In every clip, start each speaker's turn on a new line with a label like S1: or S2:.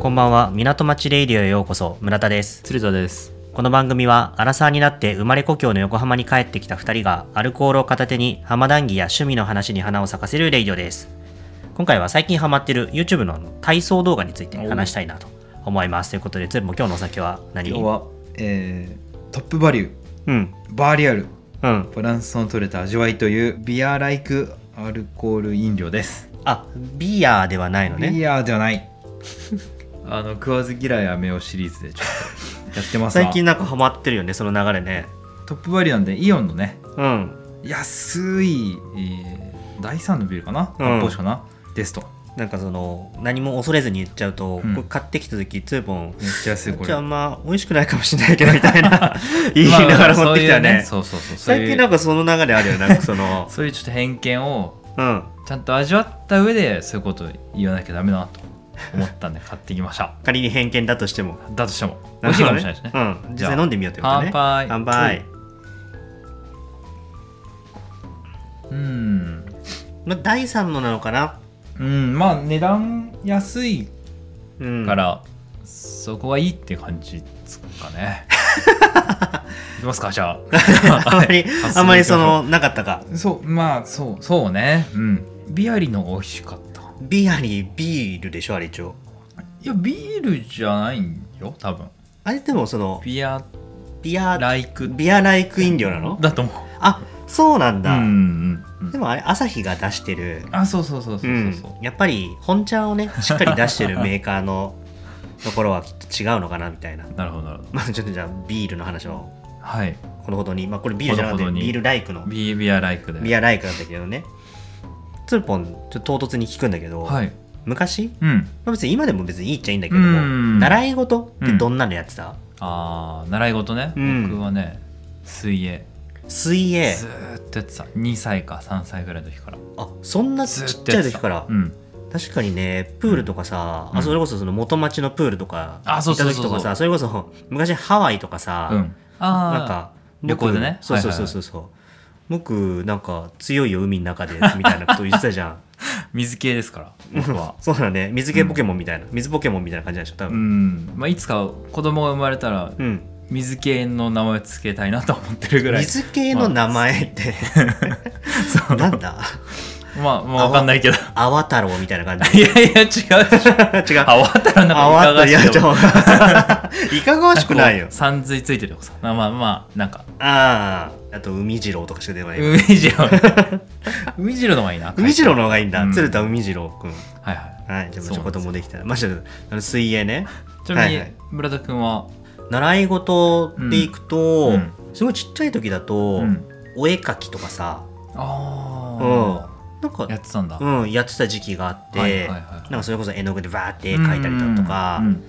S1: こんばんは港町レイディオへようこそ村田です
S2: 鶴田です
S1: この番組はアラサーになって生まれ故郷の横浜に帰ってきた2人がアルコールを片手に浜談義や趣味の話に花を咲かせるレイディオです今回は最近ハマってる YouTube のあの体操動画について話したいなと思いますということで鶴も今日のお酒は何
S2: 今日は、えートップバリュー
S1: うん
S2: バーリアル
S1: うん
S2: バランスの取れた味わいというビアライクアルコール飲料です、
S1: あビアではないのね
S2: ビアではない あの食わず嫌いはめをシリーズでちょっとやってます が
S1: 最近なんかハマってるよねその流れね
S2: トップバリューなんでイオンのね
S1: うん
S2: 安い、えー第3のビールかな
S1: うん
S2: 発泡酒かな、ですと
S1: なんかその何も恐れずに言っちゃうと、
S2: うん
S1: これ買ってきた時ツーボン
S2: めっちゃ安いこ
S1: じ
S2: れ
S1: ゃあまあ美味しくないかもしれないけどみたいな 言いながら持ってきたよね,、
S2: そうそうそうそう
S1: 最
S2: い
S1: 近なん
S2: う
S1: かその流れあるよなんかそ の
S2: そういうちょっと偏見を
S1: うん
S2: ちゃんと味わった上でそういうことを言わなきゃダメだなと思った んで買ってきました
S1: 仮に偏見だとしても
S2: だとしても美味しいかもしれないですね
S1: なるほどねうん、実
S2: じゃあ
S1: 際飲んでみようということね
S2: 乾杯
S1: 乾杯
S2: うん
S1: まあ第3のなのかな
S2: うんまあ値段安い
S1: うん
S2: から、そこがいいって感じですか ねいきますかじゃ
S1: あ
S2: あ
S1: んまり
S2: はい
S1: あんまりそのなかったか
S2: そうまあそうそうねうんビアリの方が美味しかった
S1: ビアリービールでしょあれ一応
S2: いやビールじゃないんよ多分
S1: あれでもその
S2: ビア
S1: ビア
S2: ライク
S1: ビアライク飲料なの
S2: だと思う
S1: あそうなん
S2: うん
S1: だ、
S2: うんう
S1: で
S2: ん
S1: もあれ朝日が出してる
S2: あそうそうそうそうそうそう、
S1: うん、やっぱり本ちゃんを ねしっかり出してるメーカーのところはきっと違うのかなみたいな、
S2: なるほどなるほど
S1: まあ、ちょっとじゃあビールの話を
S2: はい
S1: このほどに、まあ、これビールじゃなく
S2: こ
S1: て
S2: のほどに
S1: ビールライクの
S2: ビビアライクで
S1: ビアライクなんだけどねツルポンちょっと唐突に聞くんだけど、
S2: はい
S1: 昔、
S2: うん
S1: まあ、別に今でも別にいいっちゃいいんだけども
S2: うん
S1: 習い事ってどんなのやってた、
S2: あー習い事ね、
S1: うん
S2: 僕はね水泳
S1: 水泳
S2: ずーっとやってた2歳か3歳ぐらいの時から
S1: あそんなち
S2: ずー
S1: っ
S2: っ
S1: ち
S2: と
S1: ゃ
S2: や
S1: い
S2: って
S1: 時
S2: た
S1: から、
S2: うん
S1: 確かにねプールとかさ、
S2: うん
S1: あそれこそその元町のプールとか行
S2: あ
S1: った
S2: そうそう
S1: 時
S2: そう
S1: と
S2: そう
S1: かさそれこそ昔ハワイとかさ、
S2: うんあー
S1: なんか僕
S2: 旅行でね
S1: そうそうそうそうそう、僕なんか強いよ海の中でみたいなこと言ってたじゃん
S2: 水系ですから僕は
S1: そうだね水系ポケモンみたいな、水ポケモンみたいな感じなんでしょ多
S2: う
S1: 分
S2: ん、まあ、いつか子供が生まれたら
S1: うん、
S2: 水系の名前つけたいなと思ってるぐらい
S1: 水系の名前 って、なんだ
S2: まあまあ分かんないけど
S1: アワ太郎みたいな感じ
S2: いやいや違うでしょ
S1: 違う
S2: あ終わったらなん
S1: ア
S2: か
S1: ワ太郎
S2: いかが
S1: い
S2: し
S1: や
S2: い
S1: ち ょいかがわしくないよ
S2: さんずいついてるとこさまあまあまあなんか
S1: あああと海次郎とかしか出ない、
S2: 海次郎海次郎の方がいいな
S1: 海次郎の方がいいんだ、
S2: うん
S1: 鶴田海次郎くん
S2: はいはい
S1: はいじゃあもし
S2: そうなんですよ
S1: 子供できたらまあちょっとあの水泳ね
S2: ちなみ
S1: はいは
S2: に
S1: い
S2: 村田君は、
S1: 習い事でいくと、
S2: うんうん
S1: すごいちっちゃい時だと、
S2: うん
S1: お絵描きとかさ
S2: あ
S1: なんか
S2: あやってたんだ、
S1: うん、やってた時期があって、
S2: はいはいはい
S1: なんかそれこそ絵の具でバーって絵描いたりだとか、
S2: うんうん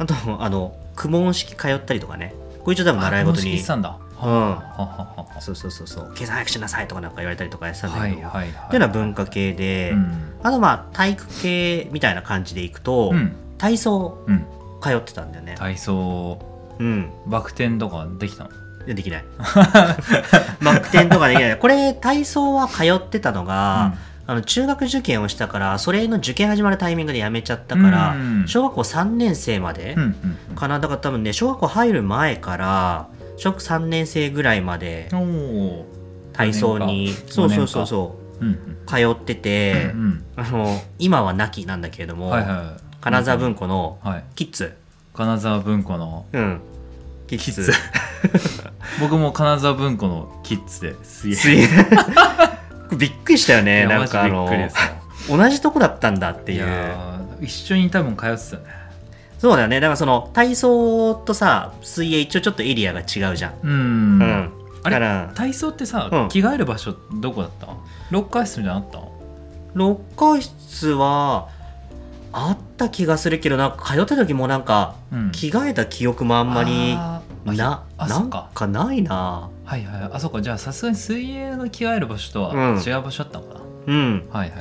S1: あとあの公文式通ったりとかねこれ一応多分習い
S2: あ公
S1: 事
S2: 式
S1: に
S2: してたんだは
S1: うん
S2: ははは
S1: そうそうそうそう計算早くしなさいとかなんか言われたりとかやってたんだ
S2: は
S1: けど、
S2: いはいはい
S1: っていうのは文化系で、
S2: うん
S1: あとまあ体育系みたいな感じでいくと、
S2: うん
S1: 体操
S2: うん
S1: 通ってたんだよね、
S2: 体操
S1: うん
S2: バク転とかできたの
S1: いやでき ないバック転とかできないこれ体操は通ってたのが、あの中学受験をしたからそれの受験始まるタイミングでやめちゃったから、
S2: うん
S1: 小学校3年生まで
S2: うんうん
S1: かな、だから多分ね小学校入る前から小学3年生ぐらいまで
S2: うんおー
S1: 体操にそ
S2: 五
S1: うそ
S2: 年間
S1: うそうそう
S2: うんうん
S1: 通ってて
S2: う、ん
S1: あの今は亡きなんだけれども、
S2: はいはい
S1: 金沢文庫の
S2: はい
S1: キッズ、
S2: 金沢文庫の
S1: うん、キッズ
S2: キッズ僕も金沢文庫のキッズです
S1: 水泳びっくりしたよねなんかあの同じとこだったんだって
S2: い
S1: いう
S2: やー一緒に多分通ってたよね
S1: そうだよねだからその体操とさ水泳一応ちょっとエリアが違うじゃん
S2: う
S1: うん、
S2: ん
S1: だから
S2: 体操ってさ、
S1: うん
S2: 着替える場所どこだったロッカー室みたいなのあった
S1: ロッカー室はあった気がするけどなんか通った時もなんか
S2: うん
S1: 着替えた記憶もあんまり
S2: あー
S1: な
S2: あ
S1: な
S2: そ
S1: ん
S2: っか
S1: かないな
S2: はいはいあそっかじゃあさすがに水泳が着替える場所と
S1: う
S2: は
S1: ん
S2: 違う場所だったのかな、
S1: うん
S2: はいはい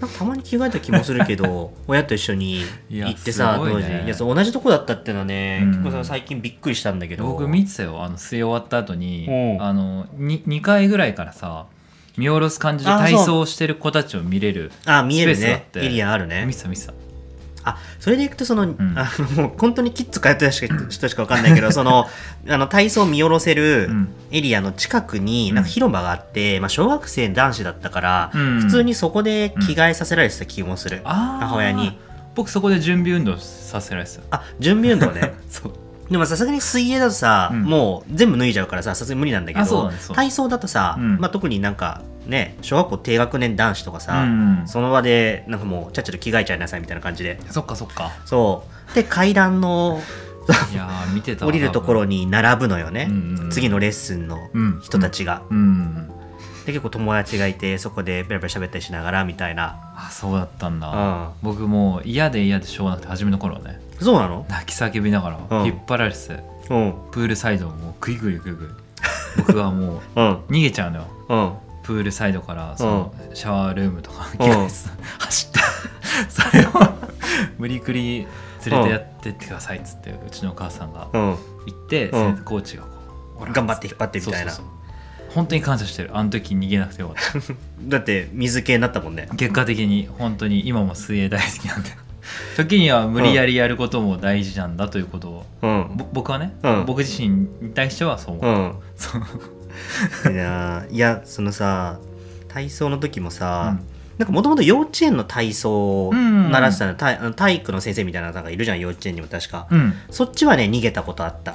S1: なんかたまに着替えた気もするけ ど親と一緒に行ってさ、
S2: いやすご
S1: 当
S2: い
S1: 時
S2: ね
S1: いやそう同じとこだったっていうのはね、
S2: うん
S1: 結構さ最近びっくりしたんだけど
S2: 僕見てたよあの水泳終わった後に
S1: うん
S2: あのに2回ぐらいからさ見下ろす感じで体操をしてる子たちを見れる
S1: あ見える
S2: スペースがあ
S1: ね
S2: って
S1: エリアあるね
S2: 見てた見てた
S1: あそれでいくとその、
S2: ん
S1: あのもう本当にキッズ通ってた人しか人しか分かんないけど そのあの体操見下ろせる
S2: うん
S1: エリアの近くに
S2: ん
S1: なんか広場があって、まあ、小学生男子だったから、
S2: うん
S1: 普通にそこで着替えさせられてた気もする、
S2: あー
S1: 母親に
S2: 僕そこで準備運動させられてた
S1: あ準備運動ね
S2: そう
S1: でもさすがに水泳だとさ、
S2: うん
S1: もう全部脱いじゃうからささすがに無理なんだけ
S2: あそう
S1: ど
S2: なんですそう
S1: 体操だとさ、
S2: うん
S1: まあ、特になんかね小学校低学年男子とかさ、
S2: うん
S1: その場でなんかもうちゃっちゃと着替えちゃいなさいみたいな感じで
S2: そっかそっか
S1: そうで階段の
S2: いやー見てたわ
S1: 降りるところに並ぶのよね、
S2: うんうん
S1: 次のレッスンの人たちが、
S2: 多分うん
S1: で結構友達がいてそこでベラベラ喋ったりしながらみたいな、
S2: あそうだったん
S1: う
S2: だ
S1: ん、
S2: 僕もう嫌で嫌でしょうがなくて初めの頃はね
S1: そうなの
S2: 泣き叫びなが
S1: うん
S2: ら引っ張られてて
S1: うん
S2: プールサイドをもうグイグイグイグイ僕はも
S1: うん
S2: う逃げ ちゃうのよ
S1: うん
S2: プールサイドからそのシャワールームとか
S1: うん
S2: 着替え室走って それを無理くり連れてやってってくださいっつってうちのお母さんが
S1: うん
S2: 行って、
S1: うん
S2: コーチがこうほら
S1: 頑張って引っ張ってみたいな
S2: そうそうそう本当に感謝してるあの時逃げなくてよかっ
S1: だって水系になったもんね
S2: た結果的に本当に今も水泳大好きなんで 時には無理やりやることも大事なんだということを、
S1: うん
S2: ぼ僕はね、
S1: うん
S2: 僕自身に対してはそう思
S1: う
S2: う、
S1: ん
S2: そう
S1: いやいやそのさ体操の時もさ、
S2: うん
S1: なんかもともと幼稚園の体操を
S2: うん
S1: 習ってたの,、体あの体育の先生みたいなのがいるじゃん幼稚園にも確か、
S2: うん
S1: そっちはね逃げたことあった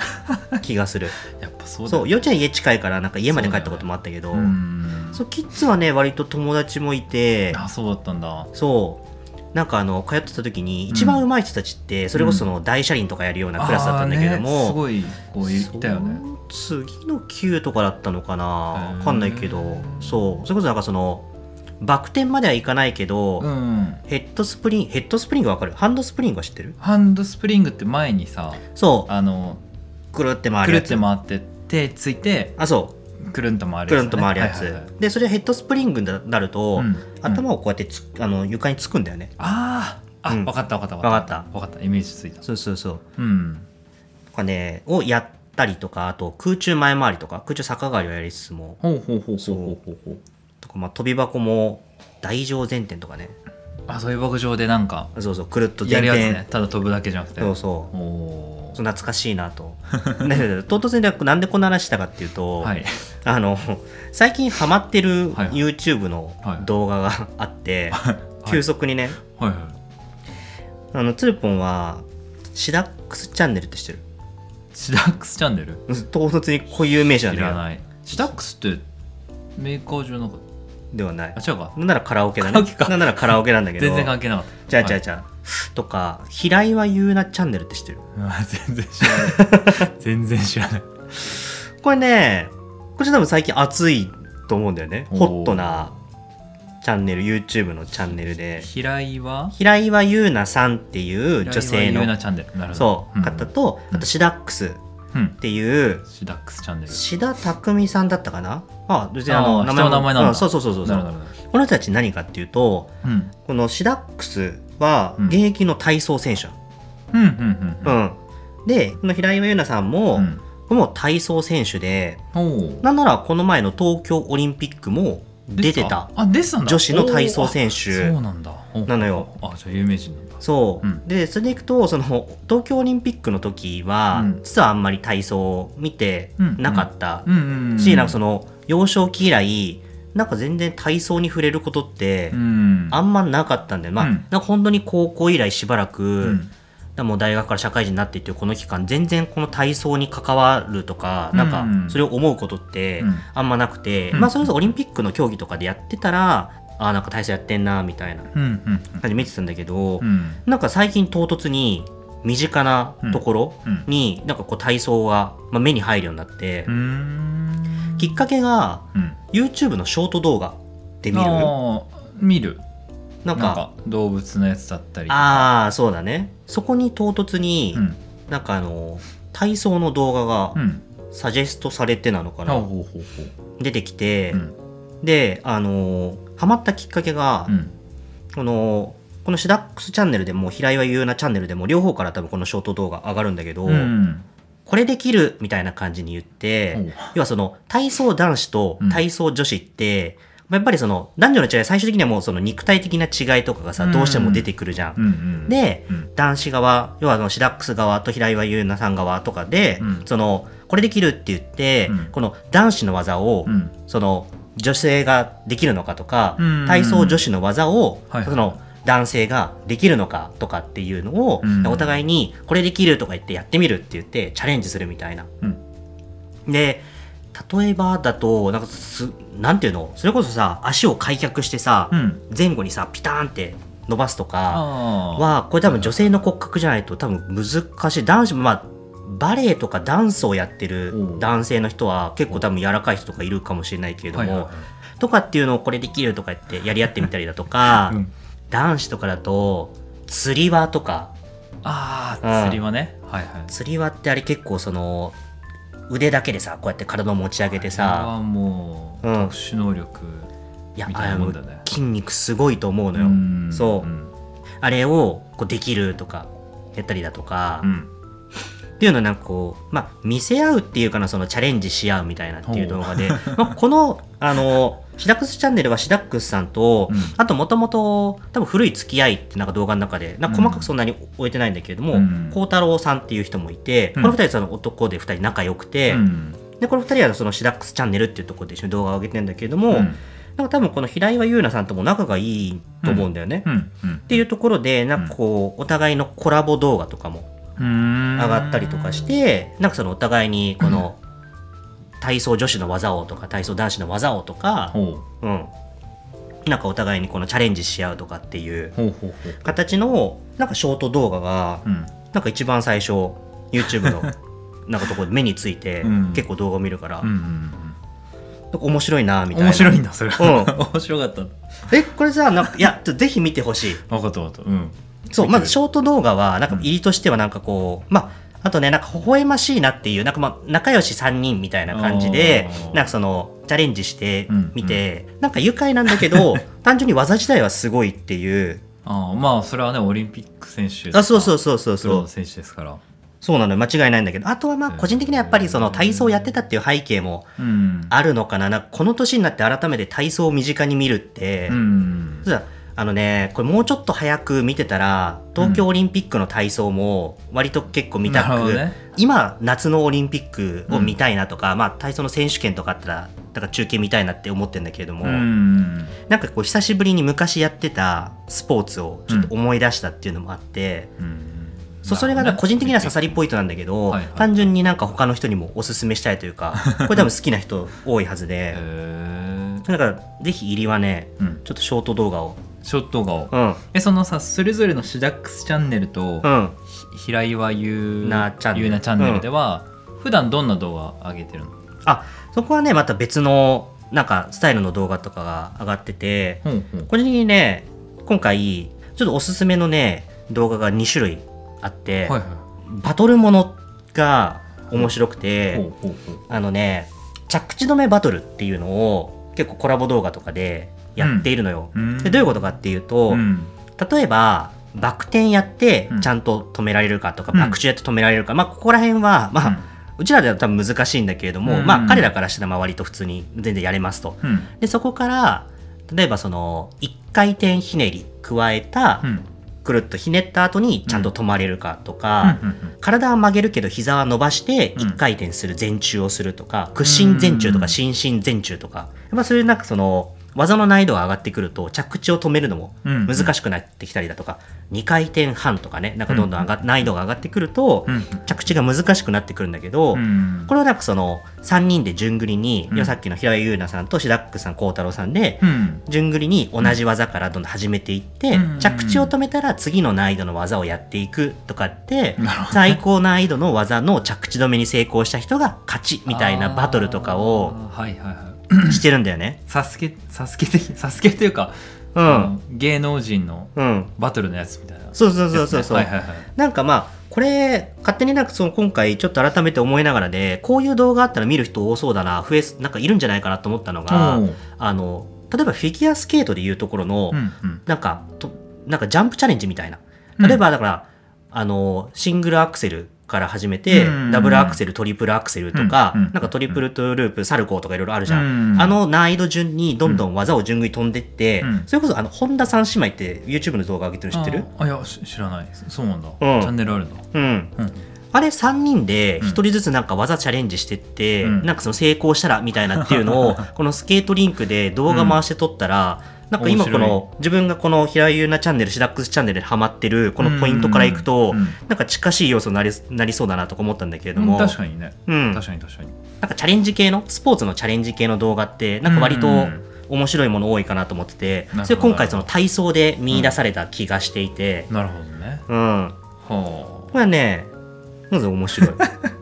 S1: 気がする
S2: やっぱそうだ
S1: そう
S2: よ
S1: 幼稚園家近いからなんか家まで帰ったこともあったけどそう,、
S2: うん
S1: キッズはね割と友達もいて
S2: あそうだったんだ
S1: そうなんかあの通ってた時に
S2: ん
S1: 一番上手い人たちって、それこそその大車輪とかやるようなクラスだったんだけど
S2: あーね
S1: も、
S2: すごいこういたよね
S1: そう次の級とかだったのかな
S2: へー
S1: わかんないけどそうそれこそなんかそのバク転まではいかないけど、
S2: うん
S1: ヘッドスプリンヘッドスプリングわかるハンドスプリングは知ってる
S2: ハンドスプリングって前にさ
S1: そ
S2: あの
S1: うくるって回る
S2: くる
S1: や
S2: っ
S1: つ
S2: て回って手ついて
S1: あそ
S2: くるんと回
S1: う
S2: る
S1: くる
S2: やつ、ね、
S1: んと回るやつ、
S2: はいはいはい
S1: でそれヘッドスプリングになると、
S2: うん
S1: 頭をこうやってつあの床につくんだよね
S2: あーあ、
S1: うん
S2: 分かった分かった
S1: わかった
S2: 分かったイメージついた
S1: そうそうそう
S2: うん
S1: とかねをやったりとかあと空中前回りとか空中逆上がりをやりつつも
S2: ほうほうほうほ
S1: そう
S2: うほうほうほう
S1: とか、まあ、飛び箱も台上前転とかね
S2: あそういう牧場でなんか
S1: そうそうくるっと前
S2: やるやつ
S1: 転、
S2: ねただ飛ぶだけじゃなくて
S1: そうそう
S2: おお
S1: そう懐かしいな と。ね唐突にでなんでこんな話したかっていうと、
S2: はい
S1: あの最近ハマってる
S2: はいはい
S1: YouTube の
S2: はい
S1: 動画があって、
S2: い
S1: 急速にね、
S2: はいはい
S1: あのつるぽんはシダックスチャンネルって知 ってる
S2: シダックスチャンネル
S1: うん唐突に固有名詞なん
S2: い
S1: だ
S2: ら
S1: けど
S2: ないシダックスってメーカーじゃなかっ
S1: ではない。
S2: たあ違うか
S1: なんならカラオケだ
S2: カラオ
S1: ね
S2: ケ。か
S1: なんならカラオケなんだけど。
S2: 全然関係なかった
S1: じゃあじゃ
S2: は
S1: あ
S2: い
S1: じゃあ。とか、平岩優奈チャンネルって知ってる
S2: うわ全然知ら ない全然知らない
S1: これね、これ多分最近熱いと思うんだよね。
S2: おー
S1: ホットなチャンネル、YouTube のチャンネルで。
S2: 平岩
S1: 平岩優奈さんっていう女性
S2: 有名
S1: の
S2: なチャンネルなるほど
S1: そう、
S2: ん
S1: 方とあとシダックスっ
S2: うん
S1: ていう
S2: シダックスチャンネル
S1: 志田匠さんだったかなあ別にあの
S2: あー
S1: 名前も
S2: 人の名前なんだ
S1: うそうそうそうそう
S2: なるほどなる
S1: この人たち何かっていうと
S2: ほどうん
S1: このシダックスは
S2: うん
S1: 現役の体操選手
S2: うんうんう
S1: うんん、でこの平岩優奈さんも、
S2: うん
S1: もう体操選手で
S2: おお
S1: なんならこの前の東京オリンピックも出てた
S2: あ出てたんだ
S1: 女子の体操選
S2: おーあ
S1: 手
S2: そうなんだお
S1: なのよ
S2: あじゃあ有名人なんだ
S1: そう、
S2: うん
S1: でそれでいくとその東京オリンピックの時は、
S2: うん
S1: 実はあんまり体操を見てなかった
S2: うんうんうん
S1: し、なんかその幼少期以来なんか全然体操に触れることって
S2: うん
S1: あんまなかったんで、まあ
S2: うん
S1: なんか本当に高校以来しばらく、
S2: うん
S1: だからもう大学から社会人になってっていうこの期間全然この体操に関わるとか、
S2: うん
S1: なんかそれを思うことって
S2: うん
S1: あんまなくて、
S2: うん
S1: まあそれこそオリンピックの競技とかでやってたらあーなんか体操やってんなみたいな
S2: うん
S1: 感じ見てたんだけど、
S2: うんうん
S1: なんか最近唐突に身近なところ
S2: うん
S1: になんかこう体操がまあ目に入るようになって
S2: う、ん
S1: きっかけが
S2: うん
S1: YouTube のショート動画で見る
S2: あー見る
S1: な
S2: なんん
S1: か
S2: か動物のやつだったり
S1: ああそうだねそこに唐突に、
S2: うん
S1: なんかあの体操の動画が
S2: うん
S1: サジェストされてなのか
S2: あ
S1: な、
S2: ほうほうほう
S1: 出てきて、
S2: うん
S1: であのハマったきっかけが、
S2: うん
S1: このこのシダックスチャンネルでも平岩優奈チャンネルでも両方から多分このショート動画上がるんだけど、
S2: うん
S1: これできるみたいな感じに言って、
S2: ほう
S1: 要はその体操男子と
S2: うん
S1: 体操女子って、まあやっぱりその男女の違い最終的にはもうその肉体的な違いとかがさ
S2: うん
S1: どうしても出てくるじゃん。
S2: うんうん、
S1: で、
S2: うん
S1: 男子側要はあのシダックス側と平岩優奈さん側とかで、
S2: うん
S1: そのこれできるって言って、
S2: うん
S1: この男子の技を、
S2: うん
S1: その女性ができるのかとか、
S2: うん
S1: 体操女子の技を、
S2: はい
S1: その男性ができるのかとかっていうのを、
S2: うん
S1: お互いにこれできるとか言ってやってみるって言ってチャレンジするみたいな。
S2: うん
S1: で例えばだとなんかすなんていうのそれこそさ足を開脚してさ、
S2: うん
S1: 前後にさピターンって伸ばすとか
S2: あー
S1: はこれ多分女性の骨格じゃないと多分難しい男子もまあバレエとかダンスをやって
S2: お
S1: る
S2: う
S1: 男性の人は結構多分柔らかい人とかいるかもしれないけれども、
S2: はいはいはい
S1: とかっていうのをこれできるとか言ってやり合ってみたりだとか、
S2: うん
S1: 男子とかだと釣り輪とか
S2: あ
S1: うん
S2: ー釣りはね、はいはい
S1: 釣り輪ってあれ結構その腕だけでさこうやって体を持ち上げて
S2: あれ
S1: さ
S2: はもう、
S1: うん
S2: 特殊能力
S1: いや
S2: みたい
S1: あ
S2: な
S1: れ
S2: も
S1: も
S2: んだね
S1: 筋肉すごいと思うのよ、
S2: うん
S1: そう
S2: うん
S1: あれをこうできるとかやったりだとか、
S2: うん
S1: っていうのはなんかこう、まあ、見せ合うっていうかなそのチャレンジし合うみたいなっていう動画で、まあ、このあのシダックスチャンネルはシダックスさんと、
S2: うん
S1: あともともと多分古い付き合いってなんか動画の中でなんか細かくそんなに終えてないんだけれども
S2: うん
S1: 孝、太郎さんっていう人もいて、
S2: うん
S1: この2人その男で2人仲良くて、
S2: うん
S1: でこの2人はそのシダックスチャンネルっていうところで一緒に動画を上げてるんだけれども、
S2: うん
S1: なんか多分この平岩優奈さんとも仲がいいと思うんだよね。
S2: うんうん
S1: っていうところでなんかこうお互いのコラボ動画とかも
S2: 上
S1: 上がったりとかしてなんかそのお互いにこの体操女子の技をとか体操男子の技をとか、
S2: ほ
S1: うん、なんかお互いにこのチャレンジし合うとかっていう
S2: うほうほうほう
S1: 形のなんかショート動画が
S2: うん
S1: なんか一番最初 YouTube のなんかとこで目について
S2: うん
S1: 結構動画を見るから、
S2: うんう
S1: なん
S2: ん
S1: か面白いなみ
S2: う
S1: たいな
S2: ん面白いんだそれは、
S1: う
S2: 面白かった分
S1: えこれさなんかいやちょっとぜひ見てほしい
S2: かった分かったうん
S1: そう、
S2: 見て
S1: ま
S2: る
S1: ずショート動画は、なんか入りとしてはなんかこう、まあ、あとね、なんか微笑ましいなっていう、なんかまあ、仲良し3人みたいな感じで
S2: あ、ー
S1: なんかその、チャレンジして
S2: うん
S1: みて、なんか愉快なんだけど、 単純に技自体はすごいっていう。
S2: ああまあそれはねオリンピック選手
S1: あ、そうそううそうそう
S2: プ
S1: そ
S2: ロの
S1: う。
S2: 選手ですから
S1: そうなのよ、間違いないんだけど、あとはまあ、
S2: うん
S1: 個人的にはやっぱりその体操をやってたっていう背景も
S2: うん
S1: あるのかな。なんかこの年になって改めて体操を身近に見るって、
S2: うん
S1: 実はあのねこれもうちょっと早く見てたら東京オリンピックの体操も割と結構見た
S2: なる
S1: く、
S2: ほどね
S1: 今夏のオリンピックを見たいなとか、まあ、体操の選手権とかあったらだから中継見たいなって思ってるんだけれども、
S2: うん
S1: なんかこう久しぶりに昔やってたスポーツをちょっと思い出したっていうのもあって、
S2: うん
S1: そうそれがなんか個人的には刺さりポイントなんだけど、
S2: はいはい
S1: 単純になんか他の人にもおすすめしたいという かこれ多分好きな人多いはず
S2: へ
S1: で、
S2: え
S1: だからぜひ入りはね
S2: うん
S1: ちょっとショート動画を
S2: ショット顔
S1: うん
S2: えそのさそれぞれのシダックスチャンネルと
S1: うん
S2: ひ平岩優
S1: なチャンネル
S2: 優なチャンネルでは普段どんな動画上げてるの
S1: あそこはねまた別のなんかスタイルの動画とかが上がってて
S2: ほうほう
S1: 個人的にね今回ちょっとおすすめのね動画が2種類あって、
S2: はいは
S1: バトルものが面白く
S2: い
S1: て、
S2: ほうほうほう
S1: あのね着地止めバトルっていうのを結構コラボ動画とかでやっているのよ、
S2: うん
S1: でどういうことかっていうと、
S2: うん
S1: 例えばバク転やって
S2: うん
S1: ちゃんと止められるかとか、
S2: うん
S1: バク宙やって止められるかまあここら辺はまあ、うちらでは多分難しいんだけれども、
S2: うん
S1: まあ彼らからしたらまあ割と普通に全然やれますと。
S2: うんうん
S1: で、そこから、例えばその、一回転ひねり加えた
S2: う、ん
S1: くるっとひねった後にちゃんと止まれるかとか、
S2: うんうん
S1: 体は曲げるけど膝は伸ばして
S2: うん
S1: 一回転する前宙をするとか、屈伸前宙と
S2: う
S1: か
S2: ん
S1: 伸身前宙とか、やっぱそういうなんかその、技の難易度が上がってくると着地を止めるのも
S2: うん
S1: 難しくなってきたりだとか、2回転半とかね、なんかどんどん上が難易度が上がってくると、
S2: うん
S1: 着地が難しくなってくるんだけど、
S2: うん
S1: これはなんかその3人で順繰りに、
S2: うん
S1: いやさっきの平井優奈さんとシダックさん孝太郎さんで、
S2: うん
S1: 順繰りに同じ技からどんどん始めていって、
S2: うん
S1: 着地を止めたら次の難易度の技をやっていくとかって、
S2: なるほど
S1: 最高難易度の技の着地止めに成功した人が勝ちみたいなバトルとかを
S2: あーはいはいはい
S1: してるんだよね。
S2: サスケサスケ的サスケというか
S1: う
S2: あ
S1: ん、
S2: の芸能人の
S1: うん、
S2: バトルのやつみたいな
S1: そうそうそうそうそう。
S2: はいはいはい
S1: なんかまあこれ勝手になんかその今回ちょっと改めて思いながらでこういう動画あったら見る人多そうだな増えすなんかいるんじゃないかなと思ったのが、
S2: うん
S1: あの例えばフィギュアスケートでいうところの、
S2: うんうん
S1: なんかとなんかジャンプチャレンジみたいな
S2: うん
S1: 例えばだから、あのシングルアクセルから始めて、
S2: うん
S1: ダブルアクセル、トリプルアクセルとか、
S2: うん
S1: なんかトリプルトゥループ、サルコーとかいろいろあるじゃん。
S2: うん
S1: あの難易度順にどんどん技を順繰り飛んでって、
S2: うん
S1: それこそあの、本田三姉妹って YouTube の動画上げてるの知ってる
S2: あいやし知らないそそうなんだ、
S1: ん
S2: チャンネルあるんだ
S1: うん。
S2: うん
S1: あれ3人で
S2: うん
S1: 1人ずつなんか技チャレンジしてって、
S2: うん
S1: なんかその成功したらみたいなっていうのをこのスケートリンクで動画回して撮ったら、なんか今こ
S2: 面
S1: の自分がこの平井優奈チャンネルシダックスチャンネルでハマってるこのポイントからいくと、
S2: うんうん
S1: なんか近しい要素になりなりそうだなとか思ったんだけれども、
S2: うん確かにね、
S1: うん
S2: 確かに確かに
S1: なんかチャレンジ系のスポーツのチャレンジ系の動画ってなんか割と
S2: うん
S1: 面白いもの多いかなと思ってて、
S2: なるほど
S1: それ今回その体操で見出された気がしていて、
S2: なるほどね
S1: うん、
S2: は
S1: これはねまず面 白い。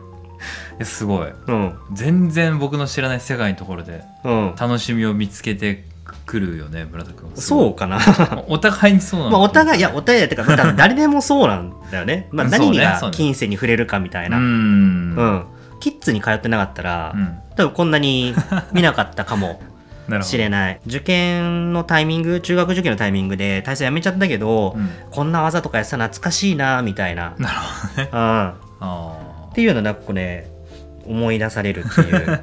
S2: あいやすごい
S1: うん
S2: 全然僕の知らない世界のところで
S1: うん、
S2: 楽しみを見つけてくるよね村田君
S1: そううかな。
S2: お互いにそうなの
S1: まあ、お互い、いや、お互いだってか、まあ誰でもそうなんだよ ね。まあ、
S2: そう
S1: 何
S2: ね
S1: が
S2: そうね
S1: 金銭に触れるかみたいうな。
S2: ん
S1: う、ん。キッズに通ってなかったら
S2: う、ん
S1: 多分こんな に見なかったかも
S2: なるほ
S1: し
S2: ど、
S1: れない。受験のタイミング、中学受験のタイミングで体操やめちゃったけど、
S2: うん、
S1: こんな技とかやってた懐かしいな、みたいな。
S2: なるほどね
S1: うん。
S2: あ
S1: っ
S2: あ
S1: ていうのなんかこうね、思い出されるって いう。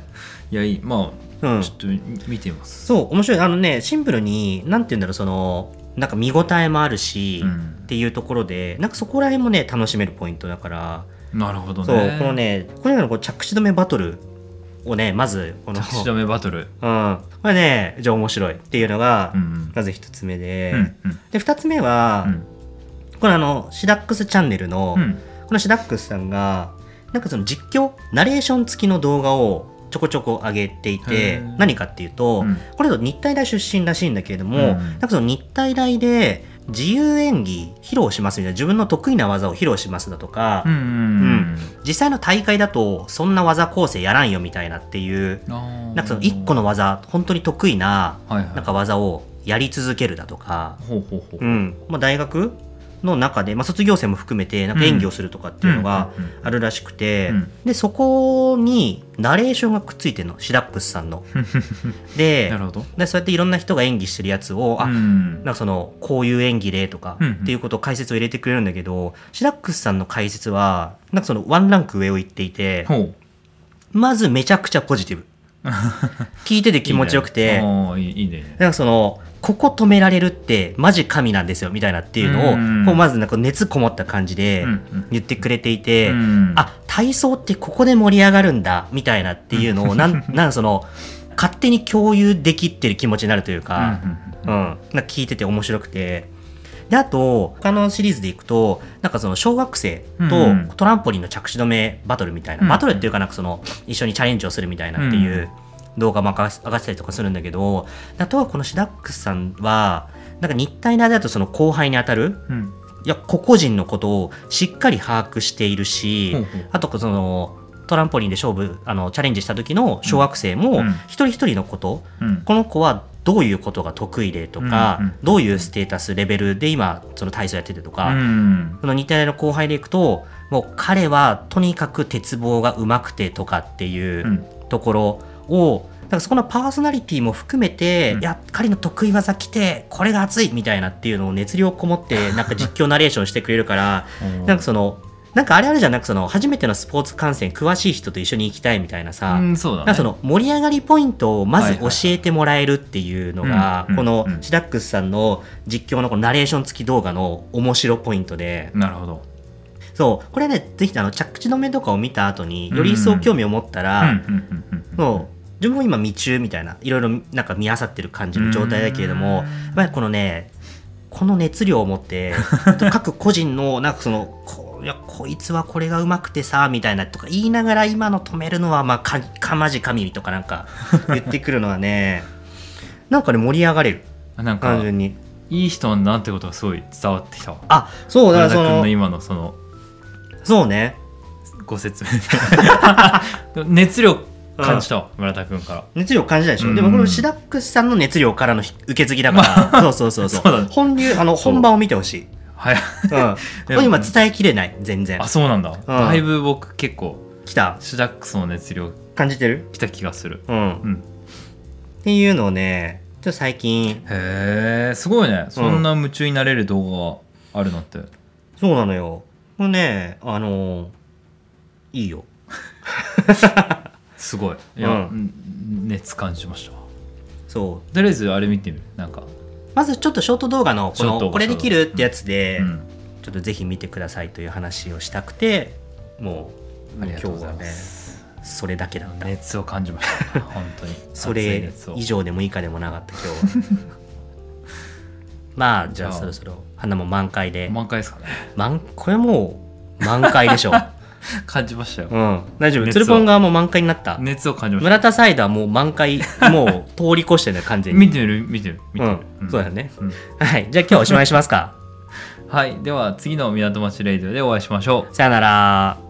S2: いやいいま
S1: う
S2: あ
S1: ん
S2: ち。ょっと見てみます、
S1: そう、面白い。あのね、シンプルに、なんて言うんだろう、その、なんか見応えもあるし、
S2: うん
S1: っていうところでなんかそこら辺もね楽しめるポイントだから
S2: なるほどね
S1: そうこのねこれらのこう着地止めバトルをねまずこの
S2: 着地止めバトル
S1: うんこれねじゃあ面白いっていうのが、
S2: うん
S1: まず一つ目で、
S2: うんうん
S1: で二つ目は、これあのシダックスチャンネルの、
S2: うん
S1: このシダックスさんがなんかその実況ナレーション付きの動画をちょこちょこ上げてい
S2: へ
S1: て
S2: ー
S1: 何かっていうと、
S2: うん
S1: これだと日体大出身らしいんだけれども、
S2: うん
S1: なんかその日体大で自由演技披露しますみたいな自分の得意な技を披露しますだとか、
S2: うんうんうん
S1: 実際の大会だとそんな技構成やらんよみたいなっていう
S2: あー
S1: なんかその1個の技本当に得意な
S2: はいはい
S1: なんか技をやり続けるだとか、
S2: ほうほうほ
S1: う
S2: う
S1: んまあ、大学の中で、まあ、卒業生も含めてなんか演技をするとかっていうのが
S2: うんうんうん
S1: あるらしくて、
S2: うん
S1: でそこにナレーションがくっついてるのシダックスさん の。で
S2: なるほど
S1: でそうやっていろんな人が演技してるやつを、あ
S2: うん
S1: なんかそのこういう演技でとか
S2: うんうん
S1: っていうことを解説を入れてくれるんだけど、シダックスさんの解説はなんかそのワンランク上を行っていて
S2: ほう
S1: まずめちゃくちゃポジティ ブ聞いてて気持ちよく
S2: いい
S1: て
S2: ねあーいいいいね
S1: なんかそのここ止められるってマジ神なんですよみたいなっていうのを、
S2: うん
S1: こうまずなんか熱こもった感じで
S2: うんうん
S1: 言ってくれていて、
S2: うん
S1: あ体操ってここで盛り上がるんだみたいなっていうのをなんなんかその勝手に共有できてる気持ちになるというか。
S2: うんうん
S1: うん、なんか聞いてて面白くて。で、あと、他のシリーズでいくと、なんかその小学生
S2: うんうん
S1: とトランポリンの着地止めバトルみたいな、
S2: うん
S1: バトルっていうかなんかその、一緒にチャレンジをするみたいなっていう動画も上が上がってたりとかするんだけど、あとはこのシダックスさんは、なんか日体大だとその後輩に当たる、
S2: うんうん
S1: いや、個々人のことをしっかり把握しているし
S2: ほうほう、
S1: あとその、トランポリンで勝負、あの、チャレンジした時の小学生も
S2: うん、
S1: 一人一人のこと、
S2: うん
S1: この子はどういうことが得意でとか、
S2: うんうん
S1: どういうステータスレベルで今その体操やっててとか、
S2: うん
S1: その日体大の後輩でいくともう彼はとにかく鉄棒がうまくてとかっていう
S2: うん
S1: ところを、だからそこのパーソナリティも含めて、
S2: うん
S1: いや彼の得意技来てこれが熱いみたいなっていうのを熱量こもってなんか実況ナレーションしてくれるからなんかそのなんかあれあるじゃんなくその初めてのスポーツ観戦詳しい人と一緒に行きたいみたいなさ、
S2: うんそうだ
S1: なんか
S2: ね
S1: その盛り上がりポイントをま
S2: はい
S1: ず
S2: はい
S1: 教えてもらえるっていうのが、
S2: うん
S1: この
S2: うん
S1: シダックスさんの実況のこのナレーション付き動画の面白ポイントで、
S2: なるほど
S1: そう、これね、ぜひあの着地の目とかを見た後に
S2: うん
S1: より一層興味を持ったら、
S2: うんうんうんうん
S1: そう、自分も今未中みたいな、いろいろなんか見あさってる感じの状態だけれども、
S2: うん
S1: やっぱりこのね、この熱量を持 って、各個人の、なんかその、こいやこいつはこれがうまくてさ、みたいなとか言いながら今の止めるのは、まあ、か、かまじ神とかなんか言ってくるのはね、 なんかね、盛り上がれる。
S2: なんか
S1: 単純に。
S2: いい人なんだなってことがすごい伝わってきたわ
S1: あ、そう、だ
S2: 村
S1: か
S2: 田
S1: らそ
S2: 君の
S1: の、
S2: 今のその
S1: そうね。
S2: ご説明 でも熱量感じたわ村田君から
S1: 熱量感じないでしょ、
S2: うん
S1: でもこれシダックスさんの熱量からのひ受け継ぎだから、 そうそうそうそう
S2: そうだね
S1: 本流あの
S2: そう
S1: 本番を見てほしい、
S2: はい
S1: うん、これ今伝えきれない全然
S2: あそうなんだ、だいぶ僕結構
S1: 来た
S2: シダックスの熱量
S1: 感じてる
S2: きた気がする
S1: うん、っ
S2: うん
S1: ていうのをねちょっと最近
S2: へえすごいねそんな夢中になれる動画があるなんて、
S1: そうなのよこれねあのいいよ
S2: すごいいや、
S1: うん
S2: うん熱感じましたわ
S1: そう
S2: とりあえずあれ見てみるなんか、
S1: まずちょっとショート動画のこ
S2: ショート
S1: のこれできるってやつ
S2: う
S1: で、
S2: ん、
S1: ちょっとぜひ見てくださいという話をしたくてもう
S2: ありがとうございま
S1: 今日はね
S2: す
S1: それだけだった
S2: 熱を感じました本当に
S1: そ
S2: 熱い
S1: れ
S2: 熱を
S1: 以上でも以下でもなかった今日は まあじゃあ
S2: じゃあ
S1: そろそろ花も満開で、
S2: 満開ですかね
S1: 満これもう満開でしょ
S2: 感じましたよ、
S1: うん大丈夫
S2: 熱
S1: つ
S2: を
S1: るぽん側も満開になった、
S2: 熱を感じまし
S1: 村田サイダーもう満 開もう通り越してね完
S2: た
S1: 全に
S2: 見てみる見てみる見てみる、
S1: うんそうだね
S2: うん
S1: はいじゃあ今日はおしまいしますか
S2: はいでは次の港町レイディオでお会いしましょう
S1: さよなら